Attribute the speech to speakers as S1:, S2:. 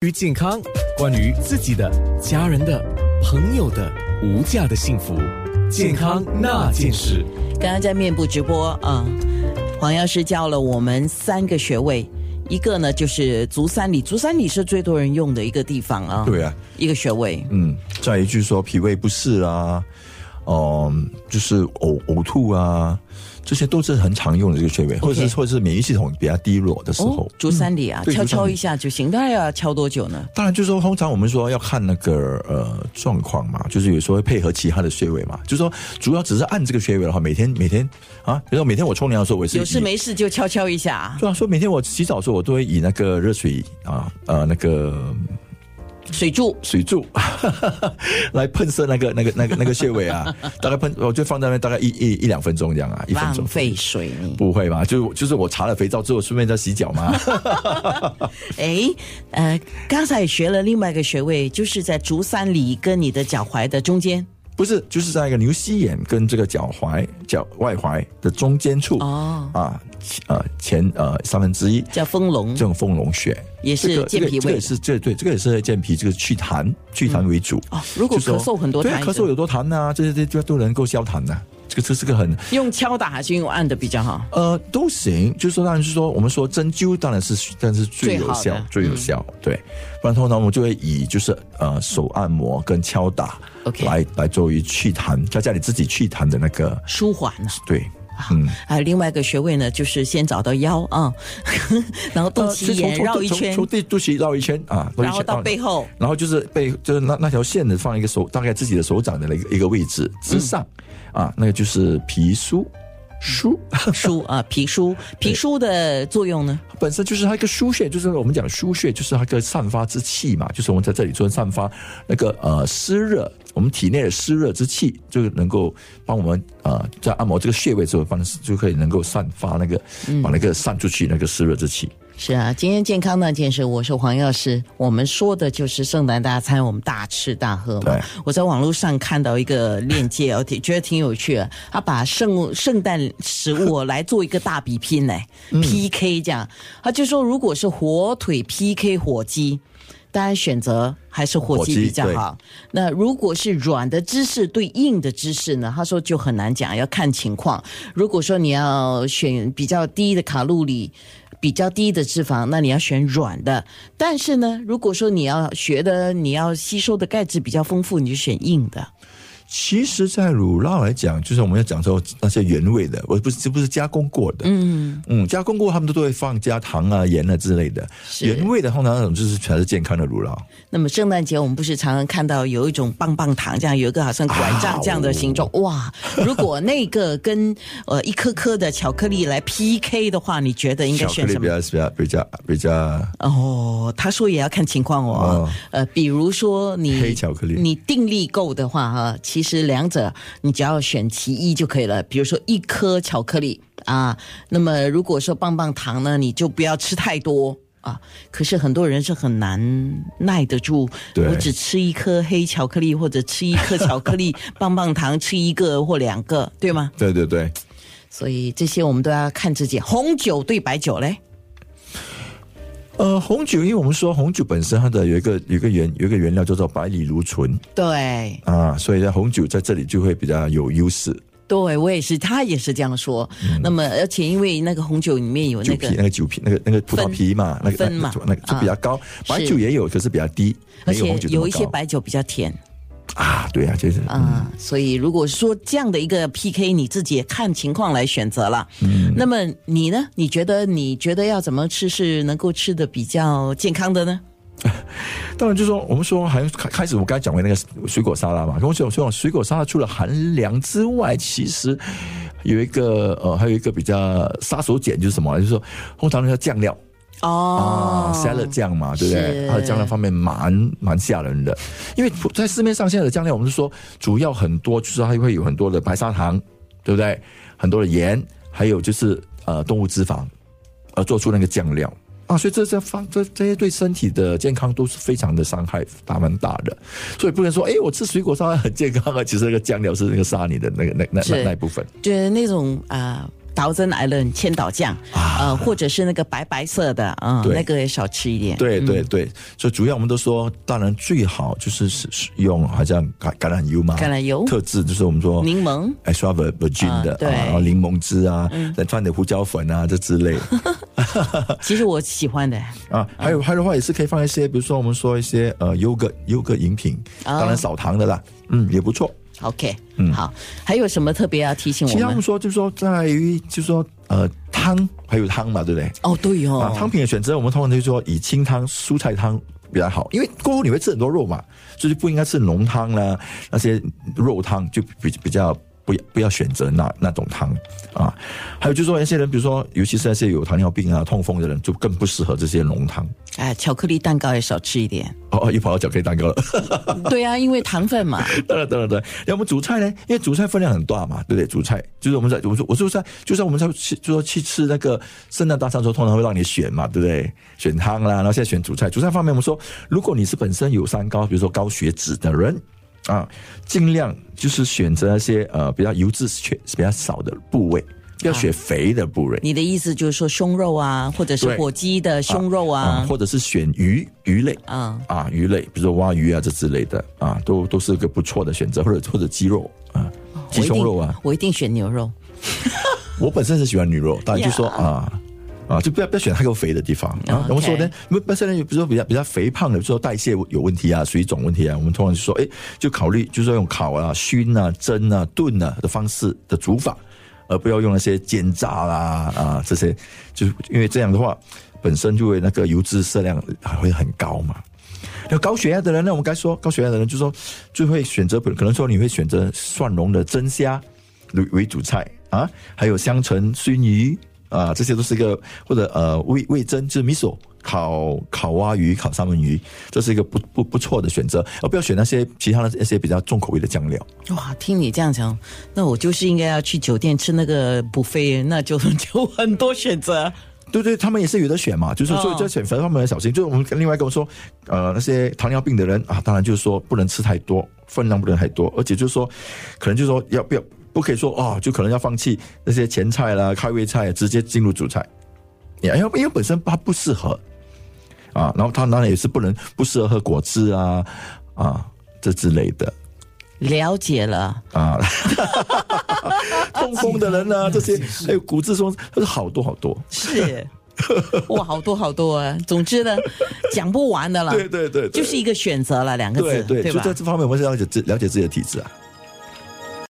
S1: 关于健康，关于自己的、家人的、朋友的无价的幸福，健康那件事。
S2: 刚刚在面部直播啊、黄药师教了我们三个穴位，一个呢就是足三里，足三里是最多人用的一个地方啊，
S3: 对啊，
S2: 一个穴位，
S3: 嗯，再一句说脾胃不适啊，嗯，就是呕呕吐啊，这些都是很常用的这个穴位，或者是或者是免疫系统比较低落的时候。
S2: 哦足三里啊，
S3: 嗯对
S2: 敲
S3: 足三
S2: 敲
S3: 里
S2: 一下就行，当然要敲多久呢？
S3: 当然，就是说，通常我们说要看那个呃状况嘛，就是有时候会配合其他的穴位嘛，就是说主要只是按这个穴位的话，每天每天啊，比如说每天我冲凉的时候，我也是
S2: 有事
S3: 以
S2: 没事就敲敲一下啊，
S3: 对啊，说每天我洗澡的时候，我都会以那个热水啊呃那个
S2: 水柱
S3: 水柱 来喷射那个那个那个那个穴 位啊，大概喷，我就放在那边大概一一一两分钟这样啊，一分
S2: 浪
S3: 钟。
S2: 费水你。
S3: 不会吧？就就是我擦了肥皂之后，顺便再洗脚 吗？
S2: 哎，呃，刚才也学了另外一个穴位，就是在足三里跟你的脚踝的中间
S3: 不是，就是在一个牛膝眼跟这个脚踝、脚外踝的中间处
S2: 哦，
S3: 啊，前呃前呃三分之一
S2: 叫丰隆
S3: 这，种丰隆穴，
S2: 也
S3: 这
S2: 是
S3: 个
S2: 健脾
S3: 这个这个
S2: 胃的。
S3: 也是这对这个也是健脾，这个祛痰祛痰为主。
S2: 哦，如果
S3: 就
S2: 咳
S3: 说
S2: 嗽很多痰
S3: 对啊
S2: 也是，
S3: 咳嗽有多痰呐、这些这些都能够消痰呐、啊这个这是个很
S2: 用敲打还是用按的比较好？
S3: 呃，都行，就是说，当然是说，我们说针灸当然是，但是最有
S2: 最嗯
S3: 效
S2: 好的、
S3: 最有效，对。不然通常我们就会以就是呃手按摩跟敲打
S2: OK
S3: 来来作为祛痰，在家里自己祛痰的那个，
S2: 舒缓啊。
S3: 对，嗯。
S2: 还啊有另外一个穴位呢，就是先找到腰啊， 然后肚
S3: 呃
S2: 脐
S3: 是从
S2: 眼
S3: 从
S2: 绕一
S3: 从
S2: 圈
S3: 从，地肚脐绕一圈啊，绕一
S2: 然后
S3: 圈
S2: 到背， 后
S3: 然然后就是背就是那那条线的放一个手，大概自己的手掌的一个一个位置之上、
S2: 嗯
S3: 啊，那个就是脾腧腧。
S2: 舒啊，脾腧，脾腧的作用呢？
S3: 本身就是它一个输血，就是我们讲输血，就是它一个散发之气嘛，就是我们在这里做散发那个呃湿热，我们体内的湿热之气，就能够帮我们呃在按摩这个穴位之后，帮就可以能够散发那个
S2: 嗯
S3: 把那个散出去那个湿热之气。
S2: 是啊，今天健康那件事，我是黄药师。我们说的就是圣诞大餐，我们大吃大喝嘛
S3: 对。
S2: 我在网络上看到一个链接，我挺觉得挺有趣的，他把圣圣诞食物哦来做一个大比 拼呢、PK 这样。他就说，如果是火腿 PK 火鸡，当然选择还是火
S3: 火
S2: 鸡
S3: 鸡
S2: 比较
S3: 对
S2: 好。那如果是软的芝士对硬的芝士呢？他说就很难讲，要看情况。如果说你要选比较低的卡路里。比较低的脂肪，那你要选软的。但是呢，如果说你要学的，你要吸收的钙质比较丰富，你就选硬的。
S3: 其实，在乳酪来讲，就是我们要讲说那些原味的，我不是这不是加工过的，嗯嗯，加工过他们都会放加糖啊、盐啊之类的，
S2: 是
S3: 原味的通常那种就是才是健康的乳酪。
S2: 那么圣诞节我们不是常常看到有一种棒棒糖这样，有一个好像拐杖这样的形状，哇！如果那个跟呃一颗颗的巧克力来 PK 的话，你觉得应该
S3: 巧克
S2: 选
S3: 力
S2: 什
S3: 比
S2: 么？
S3: 较比较比较比较
S2: 哦，他说也要看情况哦。
S3: 哦
S2: 呃，比如说你
S3: 黑巧克力
S2: 你定力够的话哈，其实两者你只要选其一就可以了。比如说一颗巧克力啊，那么如果说棒棒糖呢，你就不要吃太多。啊！可是很多人是很难耐得住。
S3: 对
S2: 我只吃一颗黑巧克力，或者吃一颗巧克力 棒棒糖，吃一个或两个，对吗？
S3: 对对对。
S2: 所以这些我们都要看自己。红酒对白酒嘞，
S3: 呃，红酒，因为我们说红酒本身它的有一个有一个原有一个原料叫做白藜芦醇
S2: 对，
S3: 啊，所以呢，红酒在这里就会比较有优势。
S2: 对，我也是，他也是这样说。那么，而且因为那个红酒里面有
S3: 嗯酒
S2: 那
S3: 皮
S2: 个，
S3: 那个酒皮那个那个葡萄
S2: 分
S3: 皮嘛，那个
S2: 分
S3: 那
S2: 嘛啊
S3: 个那个就比较高，白酒也有，可是比较低，
S2: 而
S3: 没有
S2: 且
S3: 红酒这么
S2: 有一些
S3: 高
S2: 白酒比较甜
S3: 啊，对啊，就是
S2: 啊、所以如果说这样的一个 PK，你自己也看情况来选择了。
S3: 嗯
S2: 那么你呢？你觉得你觉得要怎么吃是能够吃的比较健康的呢？
S3: 当然，就是说我们说还开开始，我刚才讲过那个水果沙拉嘛，跟我讲说水果沙拉除了寒凉之外，其实有一个呃，还有一个比较杀手锏就是什么，就是说通常叫酱料
S2: 哦
S3: 啊，沙拉酱嘛，对不
S2: 是
S3: 对？它的酱料方面蛮蛮吓人的，因为在市面上现在的酱料，我们是说主要很多就是它会有很多的白砂糖，对不对？很多的盐，还有就是呃动物脂肪，而做出那个酱料啊，所以这这方这这些对身体的健康都是非常的伤害，大蛮大的。所以不能说，哎，我吃水果沙拉很健康啊，其实那个酱料是那个杀你的那个那那
S2: 是
S3: 那那一部分。
S2: 就是那种啊、 Thousand Island 千岛酱，呃，或者是那个白白色的，嗯、
S3: 啊对
S2: 那个也少吃一点。
S3: 对对对，所以主要我们都说，当然最好就是使使用好像橄橄榄油嘛，
S2: 橄榄油
S3: 特制就是我们说
S2: 柠 檬
S3: extra vir- virgin
S2: 啊
S3: 的，
S2: 对嗯
S3: 然后柠檬汁啊，再放点胡椒粉啊这之类
S2: 其实我喜欢的，
S3: 啊，还有还有的话也是可以放一些，比如说我们说一些呃优格优格饮品，
S2: 啊
S3: 当然少糖的啦，嗯也不错。
S2: OK，好，还有什么特别要提醒我
S3: 嗯其他我
S2: 们
S3: 们？说就是说在于就是说呃汤还有汤嘛，对不对？
S2: 哦，对哦，
S3: 啊，汤品的选择，我们通常就说以清汤、蔬菜汤比较好，因为过后你会吃很多肉嘛，就是不应该吃浓汤啦，那些肉汤就比比较不要不要选择那那种汤啊。还有就是说，一些人，比如说，尤其是那些有糖尿病啊、痛风的人，就更不适合这些浓汤。
S2: 哎，巧克力蛋糕也少吃一 点。
S3: 哦，哦，又跑到巧克力蛋糕了。
S2: 对啊，因为糖分嘛。
S3: 当然，当然，当然。那我们主菜呢？因为主菜分量很大嘛，对不对？主菜就是我们在，我说，我就在，就算我们在去，就说去吃那个圣诞大餐的时候，通常会让你选嘛，对不对？选汤啦，然后现在选主菜。主菜方面，我们说，如果你是本身有三高，比如说高血脂的人啊，尽量就是选择那些呃比较油脂缺比较少的部位，不要选肥的部位。
S2: 你的意思就是说胸肉啊，或者是
S3: 对
S2: 火鸡的胸肉啊，
S3: 或者是选鱼鱼类，
S2: 嗯
S3: 啊，鱼类，比如说蛙鱼啊这之类的啊，都都是个不错的选择，或者或者鸡肉啊，
S2: 哦我一
S3: 鸡
S2: 定
S3: 胸肉啊，，
S2: 我一定选牛肉。
S3: 我本身是喜欢牛肉，当然就说
S2: Yeah
S3: 啊。啊，就不要不要选太过肥的地方啊。
S2: OK
S3: 我们说呢，不不是呢，比如说比较比较肥胖的，就说代谢有问题啊、水肿问题啊，我们通常就说，哎，就考虑就是说用烤啊、熏啊、蒸啊、炖啊的方式的煮法，而不要用那些煎炸啦啊这些，就是因为这样的话，本身就会那个油脂摄量还会很高嘛。有高血压的人呢，我们该说高血压的人就说就会选择，可能说你会选择蒜蓉的蒸虾为为主菜啊，还有香橙熏鱼啊，这些都是一个或者呃味味增就是米索。烤烤蛙鱼、烤三文鱼，这是一个不不不错的选择，而不要选那些其他的那些比较重口味的酱料。
S2: 哇，听你这样讲，那我就是应该要去酒店吃那个 buffet，那就 就很多选择。
S3: 对对，他们也是有的选嘛，就是
S2: 哦
S3: 所以在选择方面要小心。就是我们另外跟我说，呃，那些糖尿病的人啊，当然就是说不能吃太多，分量不能太多，而且就是说，可能就是说要不要不可以说啊、就可能要放弃那些前菜啦、开胃菜，啊直接进入主菜，因为因为本身它不适合啊，然后他当然也是不能不适合喝果汁啊啊这之类的。
S2: 了解了，
S3: 啊，痛风的人啊，这些还有骨质疏松，它是好多好多。
S2: 是哇，好多好多啊。总之呢，讲不完的了。
S3: 对对对，对
S2: 就是一个选择了，两个
S3: 对
S2: 字，
S3: 对，就
S2: 吧
S3: 在？这方面，我们是了解自了解自己的体质啊。